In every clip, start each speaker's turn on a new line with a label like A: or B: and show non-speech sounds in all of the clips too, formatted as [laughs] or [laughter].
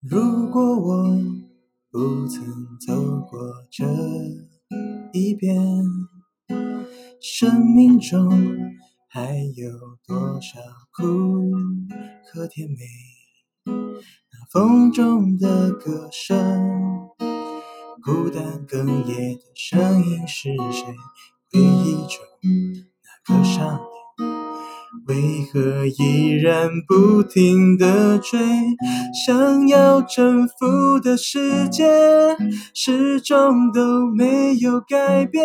A: 如果我不曾走过这一遍，生命中还有多少苦和甜美？那风中的歌声，孤单哽咽的声音是谁？回忆中那个少年。为何依然不停地追？想要征服的世界，始终都没有改变。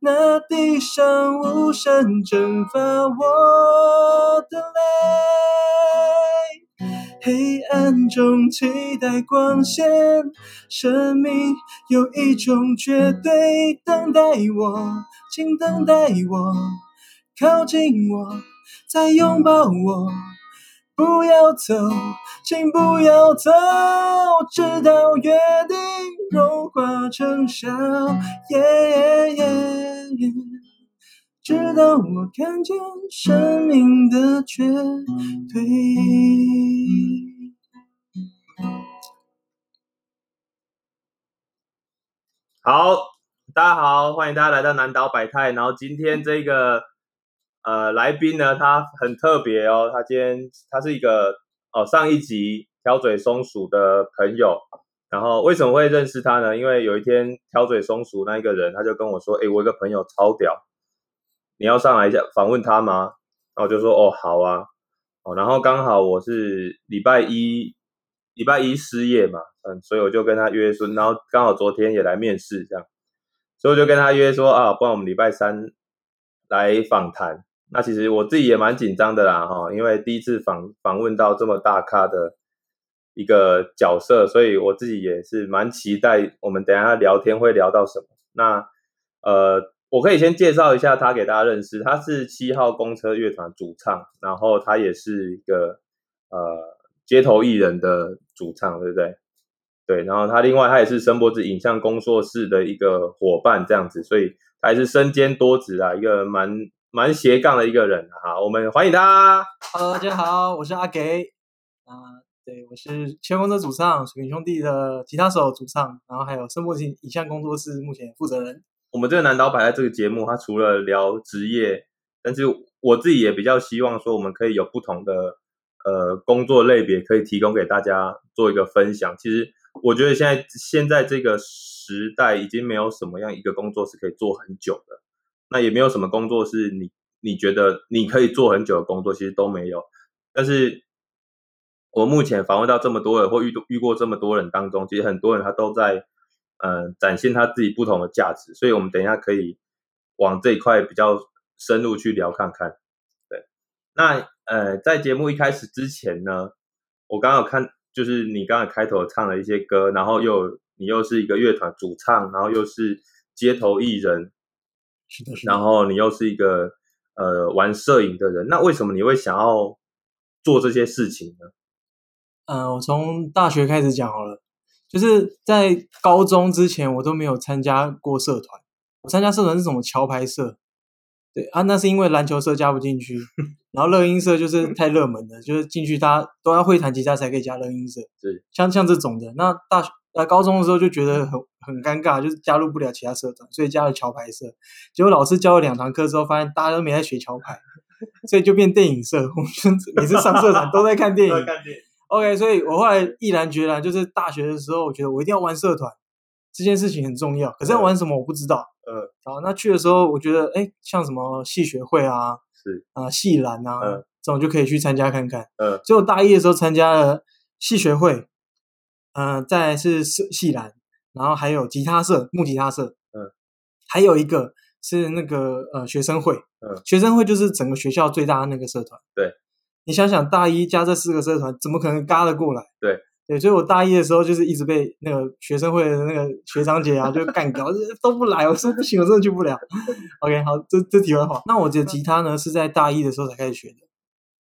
A: 那地上无声蒸发我的泪，黑暗中期待光线，生命有一种绝对，等待我，请等待我。靠近我，再拥抱我，不要走，请不要走，直到约定融化成笑，耶耶耶，直到我看见生命的绝对。
B: 好，大家好，欢迎大家来到南岛百态。然后今天这个呃来宾呢，他很特别哦，他今天他是一个哦上一集挑嘴松鼠的朋友。然后为什么会认识他呢？因为有一天挑嘴松鼠那一个人，他就跟我说：“诶，我有一个朋友超屌，你要上来一下访问他吗？”然后我就说：“哦，好啊。”哦，然后刚好我是礼拜一，礼拜一失业嘛，嗯，所以我就跟他约说，然后刚好昨天也来面试这样，所以我就跟他约说啊，不然我们礼拜三来访谈。那其实我自己也蛮紧张的啦，哈，因为第一次访访问到这么大咖的一个角色，所以我自己也是蛮期待我们等一下聊天会聊到什么。那呃，我可以先介绍一下他给大家认识，他是七号公车乐团主唱，然后他也是一个呃街头艺人的主唱，对不对？对，然后他另外他也是声波子影像工作室的一个伙伴，这样子，所以他也是身兼多职啊，一个蛮蛮斜杠的一个人啊。好我们欢迎他。
A: Hello，大家好，我是阿给。啊、对，我是千风的主唱，水瓶兄弟的吉他手主唱，然后还有声波影影像工作室目前负责人。
B: 我们这个南岛摆在这个节目，它除了聊职业，但是我自己也比较希望说，我们可以有不同的呃工作类别可以提供给大家做一个分享。其实我觉得现在现在这个时代已经没有什么样一个工作是可以做很久的，那也没有什么工作是你你觉得你可以做很久的工作，其实都没有。但是我目前访问到这么多人，或遇到遇过这么多人当中，其实很多人他都在呃展现他自己不同的价值，所以我们等一下可以往这一块比较深入去聊看看。对，那呃，在节目一开始之前呢，我刚好看就是你刚才开头唱了一些歌，然后又你又是一个乐团主唱，然后又是街头艺人，
A: 是的，是的。
B: 然后你又是一个呃玩摄影的人，那为什么你会想要做这些事情呢？
A: 嗯，我从大学开始讲好了，就是在高中之前，我都没有参加过社团。我参加社团是什么桥牌社，对啊，那是因为篮球社加不进 [laughs] 去，然后乐音社就是太热门了，就是进去大家都要会弹吉他才可以加乐音社，
B: 是
A: 像像这种的。那大学呃高中的时候就觉得很很尴尬，就是加入不了其他社团，所以加了桥牌社。结果老师教了两堂课之后，发现大家都没在学桥牌，所以就变电影社。我们就每次上社团 [laughs] 都在看电影，OK，所以我后来毅然决然，就是大学的时候，我觉得我一定要玩社团，这件事情很重要。可是要玩什么我不知道。
B: 嗯，
A: 好，那去的时候，我觉得，哎，像什么戏学会啊，
B: 是
A: 啊、戏篮啊，
B: 嗯
A: 这种就可以去参加看看。
B: 嗯，
A: 所以我大一的时候参加了戏学会，呃，再来是社戏篮，然后还有吉他社、木吉他社，
B: 嗯，
A: 还有一个是那个呃学生会，
B: 嗯，
A: 学生会就是整个学校最大的那个社团，
B: 对，
A: 你想想大一加这四个社团，怎么可能嘎得过来？
B: 对。
A: 对，所以我大一的时候就是一直被那个学生会的那个学长
B: [laughs]
A: 姐啊，就干掉，就是都不来。我说不行，我真的去不了。OK，好，这这题外话。那我
B: 嗯
A: 的吉他呢是在大一的时候才开始学的，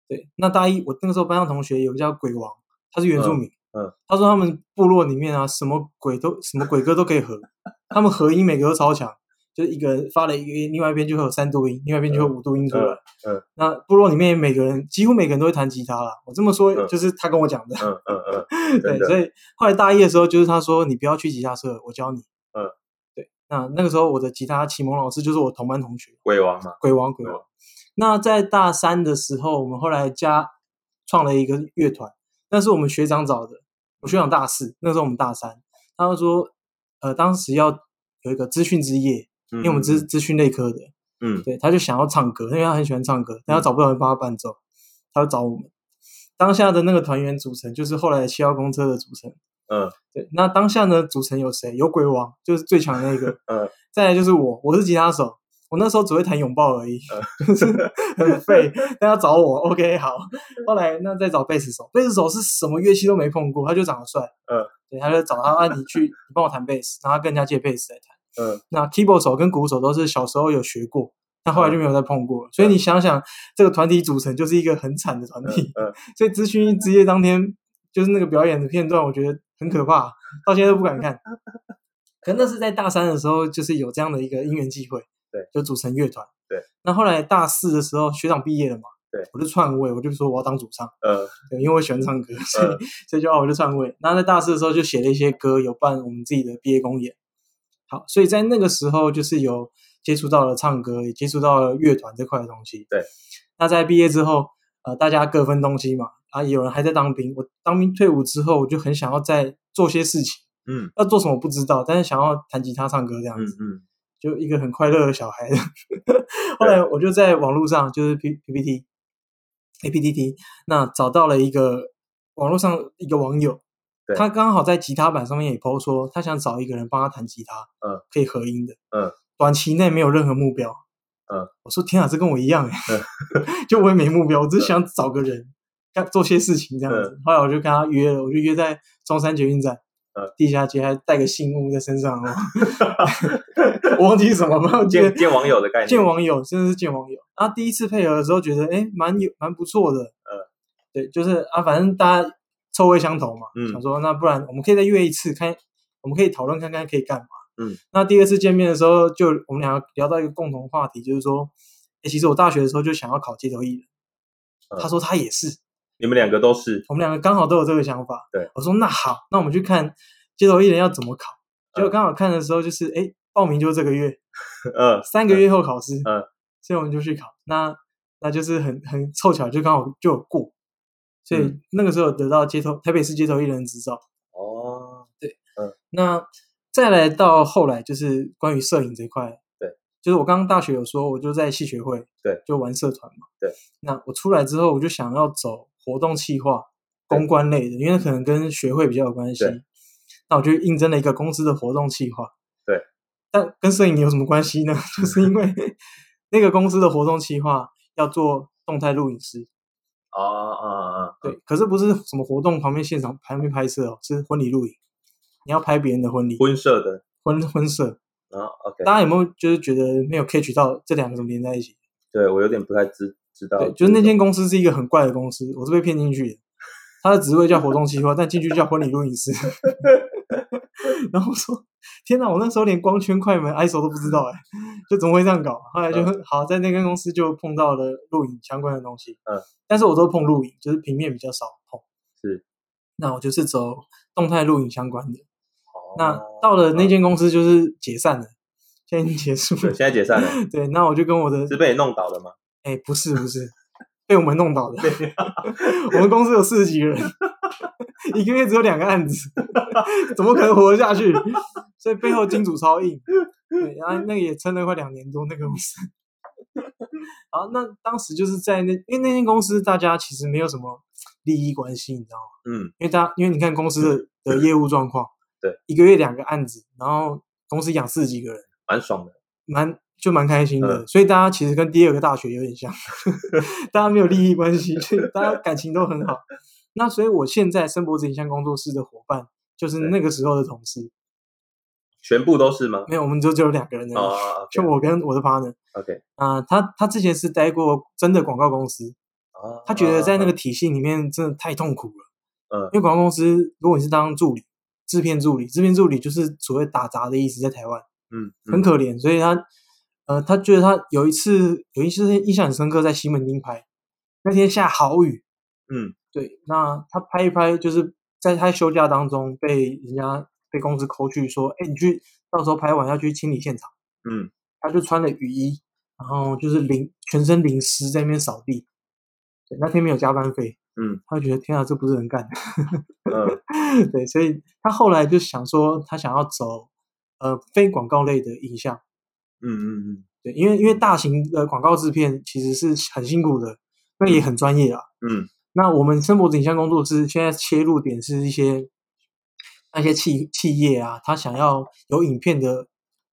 A: 对，那大一我那个时候班上同学有个叫鬼王，他是原住民，
B: 嗯嗯
A: 他说他们部落里面啊，什么鬼都什么鬼歌都可以合，他们合音每个都超强，就是一个人发了一个，另外一边就会有三度音，另外一边就会有五度音出来。
B: 嗯嗯
A: 那部落里面每个人几乎每个人都会弹吉他啦。我这么说
B: 嗯
A: 就是他跟我讲
B: [laughs]
A: 的，
B: 嗯嗯嗯，
A: 对，
B: 真的，
A: 所以后来大一的时候，就是他说你不要去吉他社，我教你。
B: 嗯，
A: 对。那那个时候我的吉他启蒙老师就是我同班同学
B: 鬼王嘛，
A: 鬼王鬼
B: 嗯
A: 王。那在大三的时候，我们后来加创了一个乐团，那是我们学长找的。我学长大四，那时候我们大三，他就说，呃，当时要有一个资讯之夜，
B: 因
A: 因为我们资资讯类科的，
B: 嗯
A: 对，他就想要唱歌，因为他很喜欢唱歌，但他找不到人帮他伴奏，他就找我们。当下的那个团员组成就是后来的七号公车的组成，
B: 嗯
A: 对，那当下呢组成有谁？有鬼王，就是最强的那个，
B: [laughs] 嗯
A: 再来就是我，我是吉他手，我那时候只会弹拥抱而已，
B: 嗯
A: [laughs] 就是很废。但他找我，OK，好。后来那再找贝斯手，贝斯手是什么乐器都没碰过，他就长得帅，
B: 嗯，
A: 对，他就找他，啊，你去，你帮我弹贝斯，然后他跟人家借贝斯来弹。
B: 嗯
A: 那 keyboard 手跟鼓手都是小时候有学过，但后来
B: 嗯
A: 就没有再碰过了。所以你想想，这个团体组成就是一个很惨的团体。
B: 嗯
A: [laughs] 所以资讯之夜当天就是那个表演的片段，我觉得很可怕，到现在都不敢
B: [laughs]
A: 看。可那是在大三的时候，就是有这样的一个因缘际会，
B: 对，
A: 就组成乐团，
B: 对。
A: 那后来大四的时候，学长毕业了嘛，
B: 对，
A: 我就篡位，我就说我要当主唱，
B: 嗯
A: 对，因为我喜欢唱歌，所以、所以就哦我就篡位。那在大四的时候就写了一些歌，有办我们自己的毕业公演。好，所以在那个时候就是有接触到了唱歌，也接触到了乐团这块的东西。
B: 对，
A: 那在毕业之后，呃，大家各分东西嘛，啊，有人还在当兵。我当兵退伍之后，我就很想要再做些事情，
B: 嗯
A: 要做什么不知道，但是想要弹吉他、唱歌这样
B: 嗯
A: 子，
B: 嗯
A: 就一个很快乐的小孩。 [laughs] 后来我就在网络上，就是 P P P T A P T T，那找到了一个网络上一个网友
B: 对，
A: 他刚好在吉他版上面也 PO 说，他想找一个人帮他弹吉他，
B: 嗯，
A: 可以合音的，
B: 嗯，
A: 短期内没有任何目标，
B: 嗯，
A: 我说天啊，这跟我一样哎， [laughs] 就我也没目标，我只
B: 嗯
A: 是想找个人干做些事情这样子。后来我就跟他约了，我就约在中山捷运站。
B: 嗯
A: 地下街还带个信物在身上哦， [laughs] 我忘记是什么，了，我
B: 嗯，
A: 记得
B: 见见网友的概念，
A: 见网友，真的是见网友。啊，第一次配合的时候觉得，哎，蛮有蛮不错的。
B: 嗯，
A: 对，就是啊，反正大家臭味相投嘛，
B: 嗯
A: 想说那不然我们可以再约一次，看我们可以讨论看看可以干嘛。
B: 嗯，
A: 那第二次见面的时候，就我们两个聊到一个共同话题，就是说，哎，其实我大学的时候就想要考街头艺人。
B: 嗯
A: 他说他也是，
B: 你们两个都是，
A: 我们两个刚好都有这个想法。
B: 对，
A: 我说那好，那我们去看街头艺人要怎么考。结果
B: 嗯
A: 刚好看的时候，就是哎，诶报名就是这个月，
B: 嗯
A: 三个月后考试，
B: 嗯，
A: 所以我们就去考，那那就是很很凑巧，就刚好就有过，所以
B: 嗯
A: 那个时候有得到街头台北市街头艺人执照。
B: 哦，
A: 那再来到后来就是关于摄影这一块，
B: 对，
A: 就是我刚刚大学有说，我就在戏学会，
B: 对，
A: 就玩社团嘛，
B: 对。
A: 那我出来之后，我就想要走活动企划、
B: 对
A: 公关类的，因为可能跟学会比较有关系
B: 对。
A: 那我就应征了一个公司的活动企划，
B: 对。
A: 但跟摄影有什么关系呢？ [laughs] 就是因
B: [laughs]
A: 为那个公司的活动企划要做动态录影师，
B: 哦哦哦，
A: 对，可是不是什么活动旁边现场旁边拍摄哦，是婚礼录影，你要拍别人的婚礼，
B: 婚摄的，
A: 婚婚摄，
B: 然后 OK，
A: 大家有没有就是觉得没有 catch 到这两个怎么连在一起？
B: 对我有点不太知知道，
A: 对，就是那间公司是一个很怪的公司，我是被骗进去的。他的职位叫活动企划，但进去叫婚礼录影师。 [laughs] 然后我说：“天哪，我那时候连光圈、快门、ISO 都不知道哎、就怎么会这样搞？”后来就、好在那间公司就碰到了录影相关的东西，
B: 嗯，
A: 但是我都碰录影，就是平面比较少碰。
B: 是，
A: 那我就是走动态录影相关的。
B: 哦
A: 那到了那，间公司就是解散了，现在已经结束
B: 对，
A: 了
B: 现。在解散了，
A: 对，那我就跟我的
B: 是被你弄倒的吗？
A: 哎、不是不是，被我们弄倒的。 [laughs] 我们公司有四十几个人， [laughs] 一个月只有两个案子， [laughs] 怎么可能活得下去？所以背后金主超硬，对，然后那个也撑了快两年多那个公司。 [laughs] 好，那当时就是在那，因为那间公司大家其实没有什么利益关系，你知道吗？
B: 嗯，
A: 因为大家因为你看公司的的业务状况，
B: 对，
A: 一个月两个案子，然后公司养四十几个人。
B: 蛮爽的，
A: 蛮就蛮开心的，
B: 嗯
A: 所以大家其实跟第二个大学有点
B: [laughs]
A: 像，大家没有利益关系，所以大家感情都很好。那所以我现在深博子影像工作室的伙伴就是
B: 对
A: 那个时候的同事，
B: 全部都是吗？
A: 没有，我们就只有两个人而已，
B: 哦
A: 就我跟我的 partner。
B: ，OK，
A: 啊、他他之前是待过真的广告公司，
B: 哦，
A: 他觉得在那个体系里面真的太痛苦了。
B: 嗯
A: 因为广告公司，如果你是当助理、制片助理，制片助理就是所谓打杂的意思，在台湾。
B: 嗯，
A: 很可怜。所以他呃，他觉得他有一次有一次印象很深刻，在西门町拍，那天下好雨，
B: 嗯，
A: 对，那他拍一拍，就是在他休假当中被人家被公司扣去说，哎，你去到时候拍完要去清理现场，
B: 嗯，
A: 他就穿了雨衣，然后就是淋全身淋湿在那边扫地，对，那天没有加班费，
B: 嗯，
A: 他就觉得天啊，这不是人干 [laughs] 的，
B: 嗯
A: 对，所以他后来就想说，他想要走呃非广告类的影像，
B: 嗯嗯嗯
A: 对，因为因为大型的广告制片其实是很辛苦的，那也很专业啊。
B: 嗯
A: 那我们生活影像工作室现在切入点是一些那些企企业啊，他想要有影片的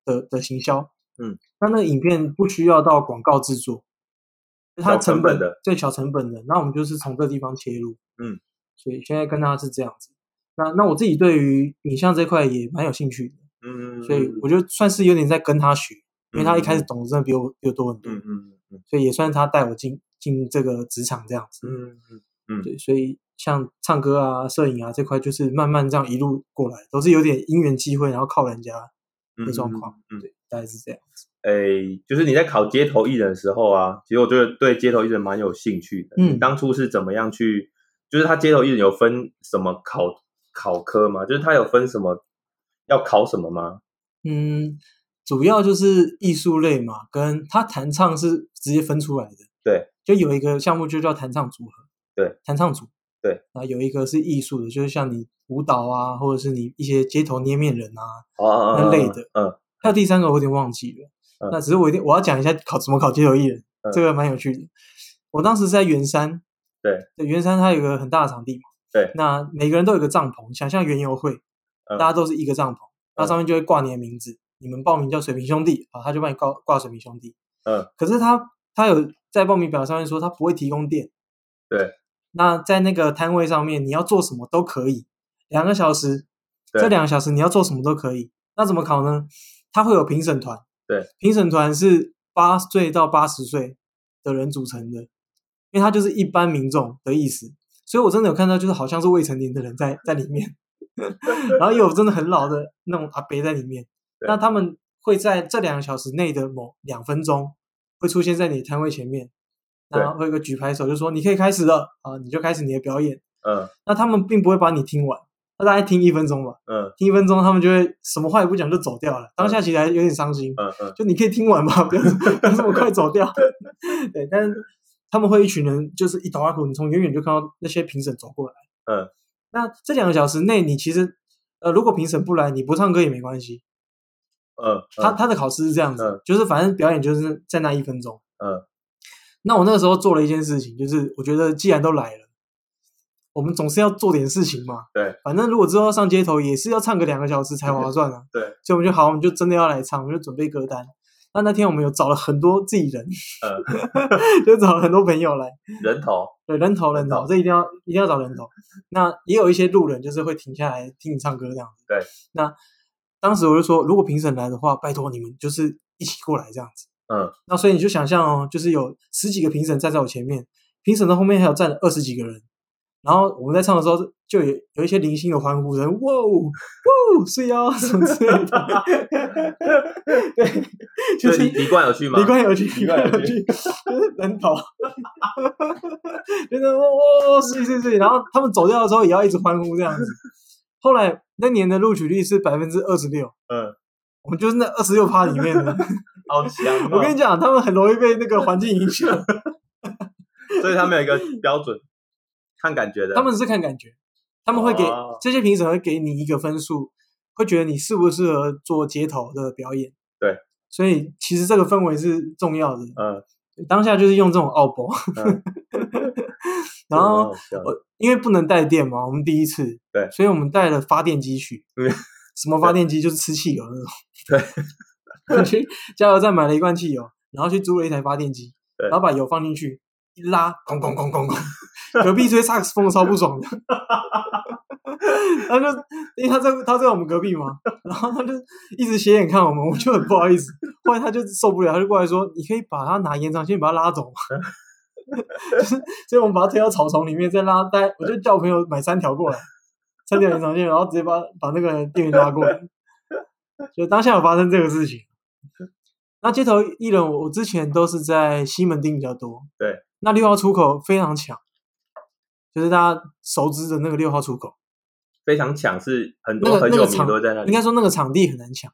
A: 的的行销，
B: 嗯，
A: 那那个影片不需要到广告制作，它
B: 小成
A: 本
B: 本的
A: 最小成本的，那我们就是从这地方切入，
B: 嗯，
A: 所以现在跟他是这样子。那那我自己对于影像这块也蛮有兴趣的，
B: 嗯嗯，
A: 所以我觉得算是有点在跟他学，因为他一开始
B: 嗯
A: 懂得真的比我比我多很多，
B: 嗯嗯嗯
A: 所以也算是他带我进进这个职场这样子，
B: 嗯嗯
A: 对，所以像唱歌啊、摄影啊这块，就是慢慢这样一路过来，都是有点因缘机会，然后靠人家
B: 嗯
A: 的状况，
B: 嗯，
A: 对，大概是这样。
B: 诶，哎就是你在考街头艺人的时候啊，其实我觉得对街头艺人蛮有兴趣的。
A: 嗯
B: 你当初是怎么样去？就是他街头艺人有分什么考考科吗？就是他有分什么要考什么吗？
A: 嗯，主要就是艺术类嘛，跟他弹唱是直接分出来的，
B: 对，
A: 就有一个项目就叫弹唱组合，
B: 对，
A: 弹唱组，
B: 对，
A: 然后有一个是艺术的，就是像你舞蹈啊，或者是你一些街头捏面人啊，
B: 哦哦哦，
A: 那类的
B: 嗯，
A: 还有第三个我有点忘记了，
B: 嗯
A: 那只是我一定我要讲一下考怎么考街头艺人，
B: 嗯
A: 这个蛮有趣的。我当时是在圆山，
B: 对，
A: 圆山它有一个很大的场地嘛，
B: 对
A: 那每个人都有一个帐篷，想象园游会，
B: 嗯
A: 大家都是一个帐篷，那
B: 嗯
A: 上面就会挂你的名字，你们报名叫水平兄弟啊，他就帮你挂挂水平兄弟。
B: 嗯，
A: 可是他他有在报名表上面说他不会提供电，
B: 对，
A: 那在那个摊位上面你要做什么都可以，两个小时，
B: 对
A: 这两个小时你要做什么都可以，那怎么考呢？他会有评审团，
B: 对，
A: 评审团是八岁到八十岁的人组成的，因为他就是一般民众的意思，所以我真的有看到就是好像是未成年的人
B: [laughs]
A: 在在里面， [laughs] 然后也有真的很老的那种阿伯在里面，
B: 对
A: 那他们会在这两个小时内的某两分钟会出现在你的摊位前面，
B: 对
A: 然后会有个举牌手就说你可以开始了啊，你就开始你的表演，
B: 嗯
A: 那他们并不会把你听完，他大概听一分钟吧，
B: 嗯
A: 听一分钟他们就会什么话也不讲就走掉了，当下其实还有点伤心，
B: 嗯嗯，
A: 就你可以听完吧，不要不要这么快走掉。 [laughs] 对，但是他们会一群人就是一头阿苦，你从远远就看到那些评审走过来。
B: 嗯，
A: 那这两个小时内，你其实呃，如果评审不来，你不唱歌也没关系。
B: 嗯，
A: 他他的考试是这样子，
B: 嗯
A: 就是反正表演就是在那一分钟。
B: 嗯
A: 那我那个时候做了一件事情，就是我觉得既然都来了，我们总是要做点事情嘛。
B: 对，
A: 反正如果之后要上街头，也是要唱个两个小时才划算啊。
B: [laughs] 对，
A: 所以我们就好，我们就真的要来唱，我们就准备歌单。那那天我们有找了很多自己人， [laughs]
B: 嗯，
A: 就找了很多朋友来，
B: 人
A: [laughs]
B: 头，
A: 对，人头人
B: 人
A: 头，
B: 头
A: 这一定要一定要找人头。那也有一些路人就是会停下来听你唱歌这样子。
B: 对，
A: 那当时我就说，如果评审来的话，拜托你们就是一起过来这样子。
B: 嗯
A: 那所以你就想象哦，就是有十几个评审站在我前面，评审的后面还有站了二十几个人。然后我们在唱的时候，就有有一些零星的欢呼声，哇哦，哇哦，是呀，什么之类的。 [laughs] 对， [laughs] 就
B: 对，
A: 是
B: 李李冠有去吗？
A: 李冠有去，
B: 李冠有去
A: 去，就是人头，就是哇哇哇，是是是，然后他们走掉的时候也要一直欢呼这样子。后来那年的录取率是百分之二十六，
B: 嗯，
A: 我们就是那二十六趴里面的。
B: 好强哦！
A: 我跟你讲，他们很容易被那个环境影响，
B: 所以他们有一个标准，看感觉的。
A: 他们是看感觉，他们会给、
B: 哦
A: 这些评审会给你一个分数，会觉得你适不适合做街头的表演。
B: 对，
A: 所以其实这个氛围是重要的。
B: 嗯，
A: 当下就是用这种奥博，
B: 嗯
A: 然后
B: 这个蛮好笑的
A: 我因为不能带电嘛，我们第一次，
B: 对
A: 所以我们带了发电机去。
B: 嗯
A: 什么发电机？就是吃汽油那种。 [laughs]
B: 对，
A: 我去加油站买了一罐汽油，然后去租了一台发电机，
B: 对
A: 然后把油放进去一拉，咣咣咣咣咣，隔壁吹萨克斯风超不爽的。 [laughs] 他就因为他在他在我们隔壁嘛，然后他就一直斜眼看我们，我就很不好意思。后来他就受不了，他就过来说：“你可以把他拿延长线把他拉走嘛。”就是，所以我们把他推到草丛里面，再拉带，我就叫我朋友买三条过来，三条延长线，然后直接把把那个店员拉过来。就当下有发生这个事情。那街头艺人，我我之前都是在西门町比较多。
B: 对，
A: 那六号出口非常强，就是大家熟知的那个六号出口，
B: 非常抢，是很
A: 那
B: 多
A: 个
B: 很
A: 那
B: 有
A: 个
B: 名
A: 场
B: 都在那里。
A: 应该说那个场地很难抢。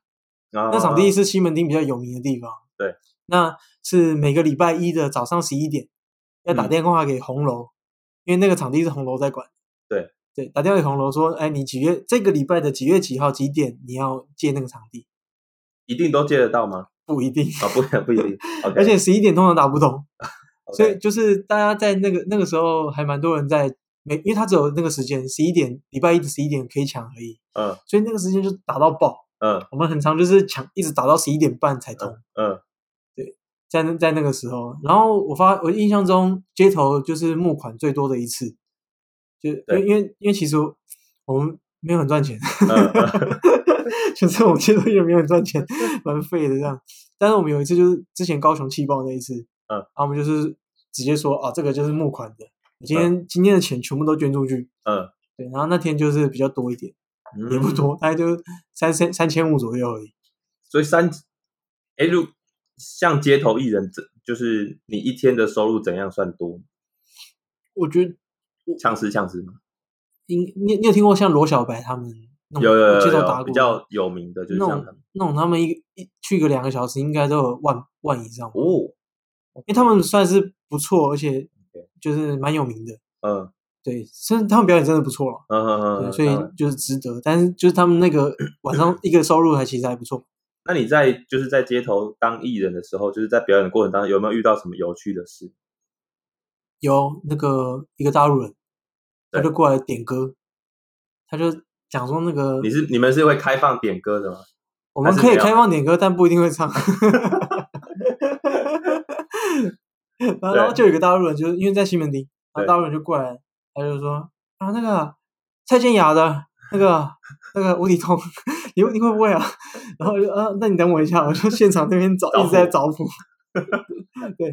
B: 啊
A: 那场地是西门町比较有名的地方。
B: 对，
A: 那是每个礼拜一的早上十一点要打
B: 嗯
A: 电话给红楼，因为那个场地是红楼在管。
B: 对
A: 对，打电话给红楼说：“哎，你几月这个礼拜的几月几号几点你要借那个场地？”
B: 一定都借得到吗？
A: 不一定，
B: 啊、不 [laughs] 不一定。OK，
A: 而且十一点通常打不通，
B: 哦 OK
A: 所以就是大家在那个那个时候还蛮多人在每，因为他只有那个时间十一点，礼拜一的十一点可以抢而已，
B: 嗯
A: 所以那个时间就打到爆。
B: 嗯
A: 我们很常就是抢，一直打到十一点半才通。
B: 嗯
A: 在那在那个时候，然后我发我印象中街头就是募款最多的一次，就因为
B: 对
A: 因为因为其实我们没有很赚钱， [laughs]
B: 嗯嗯
A: 就是我们街头艺人没有很赚
B: [laughs]
A: 钱，蛮废的这样。但是我们有一次就是之前高雄气爆那一次，
B: 嗯
A: 然后我们就是直接说啊，这个就是募款的，今天、今天的钱全部都捐出去。
B: 嗯
A: 对，然后那天就是比较多一点，
B: 嗯，
A: 也不多，大概就三千三千五左右而已。
B: 所以三，哎，如像街头艺人，这就是你一天的收入怎样算多？
A: 我觉得
B: 呛死呛死吗？
A: 你你你有听过像罗小白他们那种
B: 有有有
A: 街头
B: 有
A: 打鼓
B: 比
A: 吗
B: 较有名的，就是
A: 那
B: 像
A: 种
B: 他们
A: 那种他们一个一去个两个小时，应该都有万万以上，
B: 哦，
A: 因为他们算是不错，而且就是蛮有名的。
B: 嗯
A: 对，甚至他们表演真的不错了，
B: 嗯嗯嗯
A: 对，
B: 嗯，
A: 所以
B: 当然
A: 就是值得。但是就是他们那个晚上一个收入还其实还不错。
B: 那你在就是在街头当艺人的时候，就是在表演的过程当中，有没有遇到什么有趣的事？
A: 有那个一个大陆人，他
B: 对
A: 就过来点歌，他就讲说那个
B: 你是你们是会开放点歌的吗？
A: 我们
B: 还是
A: 可以
B: 没有
A: 开放点歌，但不一定会唱。然后，然后就有一个大陆人，就是因为在西门町，然后
B: 对
A: 大陆人就过来，他就说啊，那个蔡健雅的那个那个无底洞，你会你会不会啊？ [laughs] 然后我就啊，那你等我一下，我就现场那边找，
B: 找谱
A: 一直在找谱。 [laughs] 对，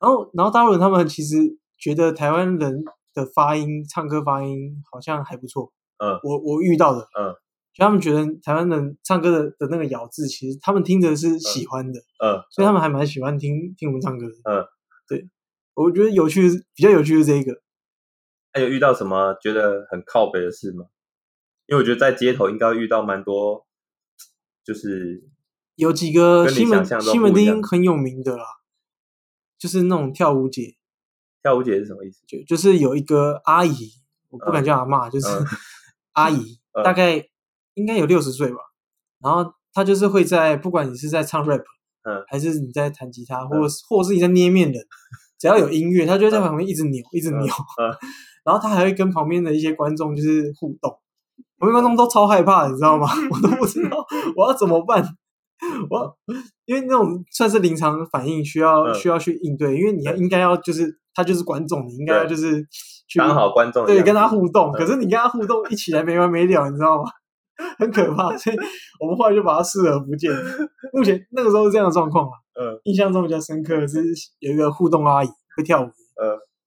A: 然后然后大陆人他们其实觉得台湾人的发音、唱歌发音好像还不错，
B: 嗯
A: 我我遇到的，
B: 嗯，
A: 就他们觉得台湾人唱歌的的那个咬字，其实他们听着是喜欢的，
B: 嗯，
A: 所以他们还蛮喜欢听听我们唱歌的。
B: 嗯，
A: 对，我觉得有趣是比较有趣的这一个，
B: 还有遇到什么觉得很靠北的事吗？因为我觉得在街头应该会遇到蛮多，就是
A: 有几个
B: 跟你
A: 西门
B: 想象中
A: 西门
B: 不一样
A: 町很有名的啦，就是那种跳舞姐，
B: 跳舞姐是什么意思？
A: 就就是有一个阿姨，我不敢
B: 嗯
A: 叫阿嬷，就是、
B: 嗯
A: [laughs] 阿姨，
B: 嗯
A: 大概应该有六十岁吧。然后她就是会在，不管你是在唱 rap，
B: 嗯，
A: 还是你在弹吉他，或是或是你在捏面人，只要有音乐，她就会在旁边一直扭，一直扭。
B: 嗯嗯
A: [laughs] 然后她还会跟旁边的一些观众就是互动，旁边观众都超害怕，你知道吗？ [laughs] 我都不知道
B: 嗯
A: 我要怎么办。我要因为那种算是临场反应，需要、
B: 嗯
A: 需要去应对，因为你要应该要就是他就是观众，你应该要
B: 对
A: 就是去
B: 当好观众的
A: 对
B: 样
A: 跟他
B: 子
A: 互动，
B: 嗯
A: 可是你跟他互动一起来没完没了，你知道吗？很可怕，所以我们后来就把他视而不见。目前那个时候是这样的状况啊，
B: 嗯
A: 印象中比较深刻的是有一个互动阿姨会跳舞，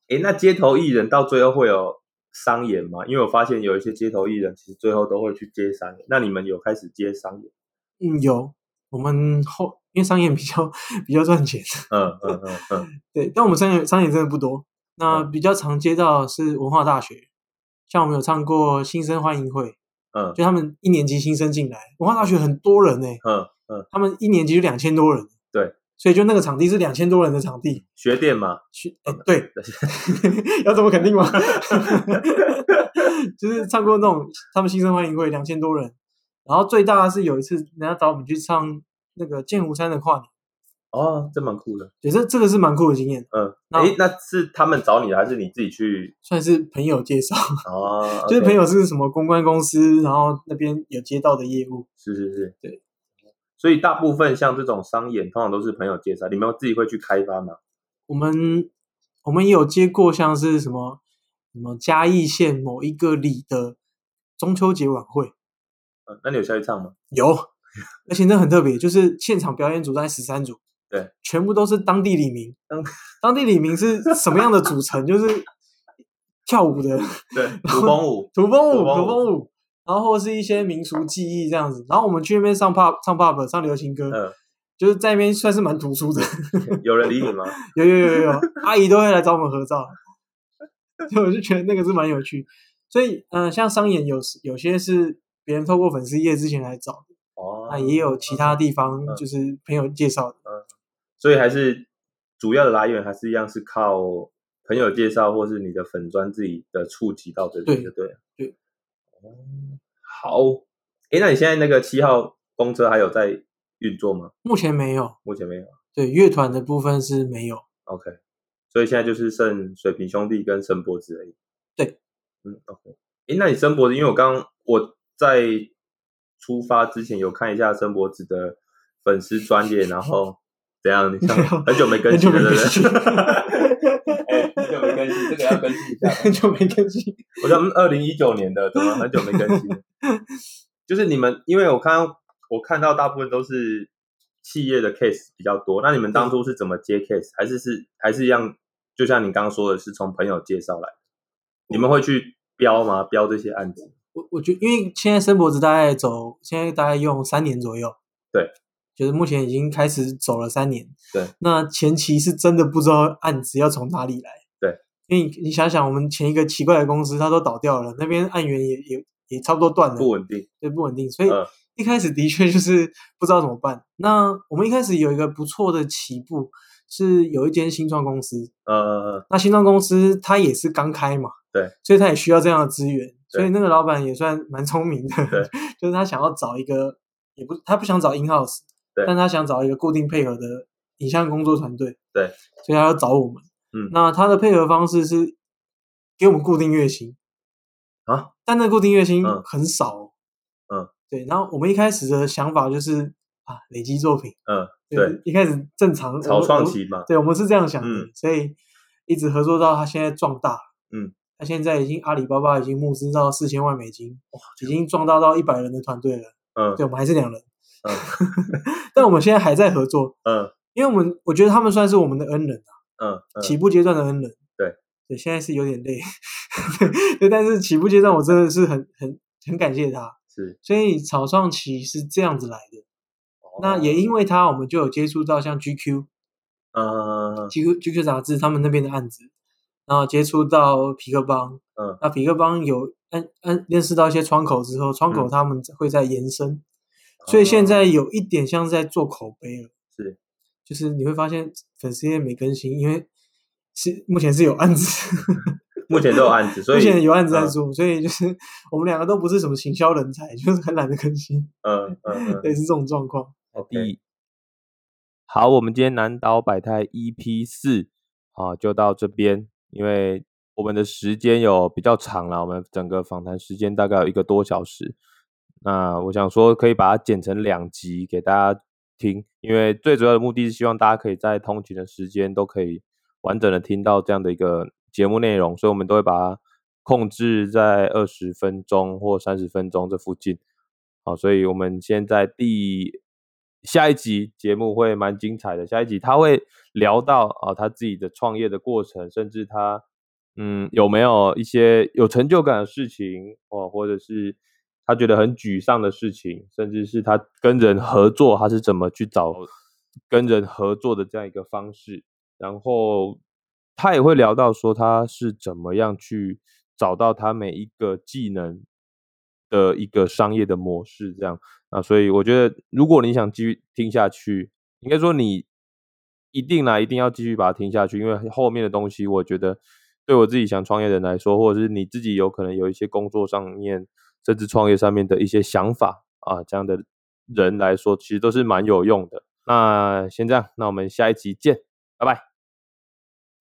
B: 诶，那街头艺人到最后会有商演吗？因为我发现有一些街头艺人其实最后都会去接商演。那你们有开始接商演？
A: 嗯，有我们后因为商演比较比较赚钱，
B: 嗯嗯嗯嗯，
A: 对，但我们商演商演真的不多。那比较常接到的是文化大学，像我们有唱过新生欢迎会，
B: 嗯
A: 就他们一年级新生进来，文化大学很多人呢、欸
B: 嗯嗯，
A: 他们一年级就两千多人，
B: 对，
A: 所以就那个场地是两千多人的场地，
B: 学店嘛，
A: 去
B: 哦
A: 哎、对， [laughs] 要怎么肯定吗？就是唱过那种他们新生欢迎会两千多人，然后最大的是有一次人家找我们去唱那个剑湖山的跨年，
B: 哦，这蛮酷的。
A: 对，这这个是蛮酷的经验，
B: 嗯，
A: 那
B: 诶，那是他们找你的，还是你自己去？
A: 算是朋友介绍，
B: 哦，
A: 就是
B: OK
A: 朋，友是什么公关公司，然后那边有接到的业务，
B: 是是是，
A: 对。
B: 所以大部分像这种商演，通常都是朋友介绍，你们自己会去开发吗？
A: 我们我们也有接过像是什么什么嘉义县某一个里的中秋节晚会，
B: 嗯，那你有下去唱吗？
A: 有，而且那很特别，就是现场表演组大概十三组，
B: 对，
A: 全部都是当地里民。
B: 当
A: 当地里民是什么样的组成？就是跳舞的、
B: [laughs] 对，土风
A: [laughs]
B: 舞，
A: 土风舞、
B: 土风舞
A: 土风舞，然后或是一些民俗技艺这样子。然后我们去那边上 pop 唱 pop 唱流行歌，
B: 嗯
A: 就是在那边算是蛮突出的。 [laughs]
B: 有人理你吗？
A: 有有有有有，阿姨都会来找我们合照， [laughs] 所以我就觉得那个是蛮有趣。所以，嗯、像商演有时有些是别人透过粉丝页之前来找的，
B: 哦，
A: 那啊也有其他地方
B: 嗯
A: 就是朋友介绍的。
B: 所以还是主要的来源还是一样是靠朋友介绍，或是你的粉砖自己的触及到这里
A: 对
B: 就对了。
A: 对
B: 哦，好，诶，那你现在那个七号公车还有在运作吗？
A: 目前没有，
B: 目前没有。
A: 对乐团的部分是没有。
B: OK，所以现在就是剩水瓶兄弟跟申博子而已。
A: 对，
B: 嗯，OK。诶，那你申博子，因为我刚刚我在出发之前有看一下申博子的粉丝专业，然后怎样？你看
A: 没有
B: 很久没更新了，
A: 很久
B: 对
A: 没更
B: 不对？[laughs] 哎， [laughs] 很久没更新，这个要更新一下吧。
A: [laughs] 很久没更新，
B: 我想二零一九年的，怎么很久没更
A: [laughs]
B: 新了？就是你们，因为我看到我看到大部分都是企业的 case 比较多，那你们当初是怎么接 case？还是是还是一样？就像你刚刚说的，是从朋友介绍来的，你们会去标吗？标这些案子？
A: 我我觉得，因为现在生脖子大概走，现在大概用三年左右。
B: 对，
A: 就是目前已经开始走了三年。
B: 对，
A: 那前期是真的不知道案子要从哪里来。
B: 对，
A: 因为你你想想，我们前一个奇怪的公司它都倒掉了，那边案源也也也差不多断了，
B: 不稳定，
A: 对，不稳定，所以
B: 呃，
A: 一开始的确就是不知道怎么办。那我们一开始有一个不错的起步，是有一间新创公司，
B: 呃，
A: 那新创公司它也是刚开嘛，
B: 对，
A: 所以它也需要这样的资源，
B: 对
A: 所以那个老板也算蛮聪明的
B: 对，
A: 就是他想要找一个，也不他不想找 in house，
B: 对
A: 但他想找一个固定配合的影像工作团队，
B: 对，
A: 所以他要找我们，
B: 嗯
A: 那他的配合方式是给我们固定月薪
B: 啊，
A: 但那固定月薪
B: 嗯
A: 很少、哦，
B: 嗯，
A: 对，然后我们一开始的想法就是啊，累积作品，
B: 嗯，
A: 就是
B: 对，
A: 一开始正常
B: 草创，
A: 我们我们
B: 期嘛，
A: 对，我们是这样想的，
B: 嗯
A: 所以一直合作到他现在壮大。
B: 嗯，
A: 他现在已经阿里巴巴已经募资到四千万美金，已经壮大到一百人的团队了。
B: 嗯
A: 对，我们还是两人，
B: 嗯
A: 但我们现在还在合作，
B: 嗯
A: 因为我们我觉得他们算是我们的恩人啊，
B: 嗯
A: 起
B: 嗯，
A: 步阶段的恩人。
B: 对，
A: 对，现在是有点累， [laughs] 对，但是起步阶段我真的是很很很感谢他，
B: 是，
A: 所以草创期是这样子来的。那
B: 哦
A: 也，因为他，我们就有接触到像 GQ，
B: 嗯
A: GQ GQ 杂志他们那边的案子，然后接触到皮克帮，
B: 嗯，
A: 那皮克帮有嗯嗯认识到一些窗口之后，窗口
B: 嗯哦
A: 他们会在延伸，所以现在有一点像是在做口碑了，
B: 是，
A: 就是你会发现粉丝页没更新，因为是目前是有案子，
B: [laughs] 目前都有案子，所以
A: [laughs] 目前有案子在
B: 嗯
A: 做，所以就是我们两个都不是什么行销人才，就是很懒得更新，
B: 嗯嗯嗯，
A: 类似这种状况。
B: OK 好，我们今天南岛百态 EP 四啊，就到这边，因为我们的时间有比较长了，我们整个访谈时间大概有一个多小时。那我想说，可以把它剪成两集给大家听，因为最主要的目的是希望大家可以在通勤的时间都可以完整的听到这样的一个节目内容，所以我们都会把它控制在二十分钟或三十分钟这附近。好，所以我们现在第下一集节目会蛮精彩的。下一集他会聊到啊，他自己的创业的过程，甚至他嗯有没有一些有成就感的事情哦，或者是他觉得很沮丧的事情，甚至是他跟人合作，他是怎么去找跟人合作的这样一个方式。然后他也会聊到说他是怎么样去找到他每一个技能的一个商业的模式这样啊，所以我觉得如果你想继续听下去，应该说你一定啦，一定要继续把它听下去，因为后面的东西我觉得对我自己想创业的人来说，或者是你自己有可能有一些工作上面甚至创业上面的一些想法啊，这样的人来说，其实都是蛮有用的。那先这样，那我们下一集见，拜拜。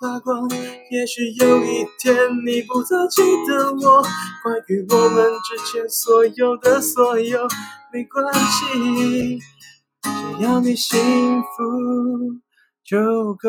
A: 发光。也许有一天你不再记得我，关于我们之间所有的所有，没关系，只要你幸福就够。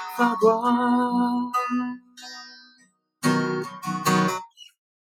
A: 发光。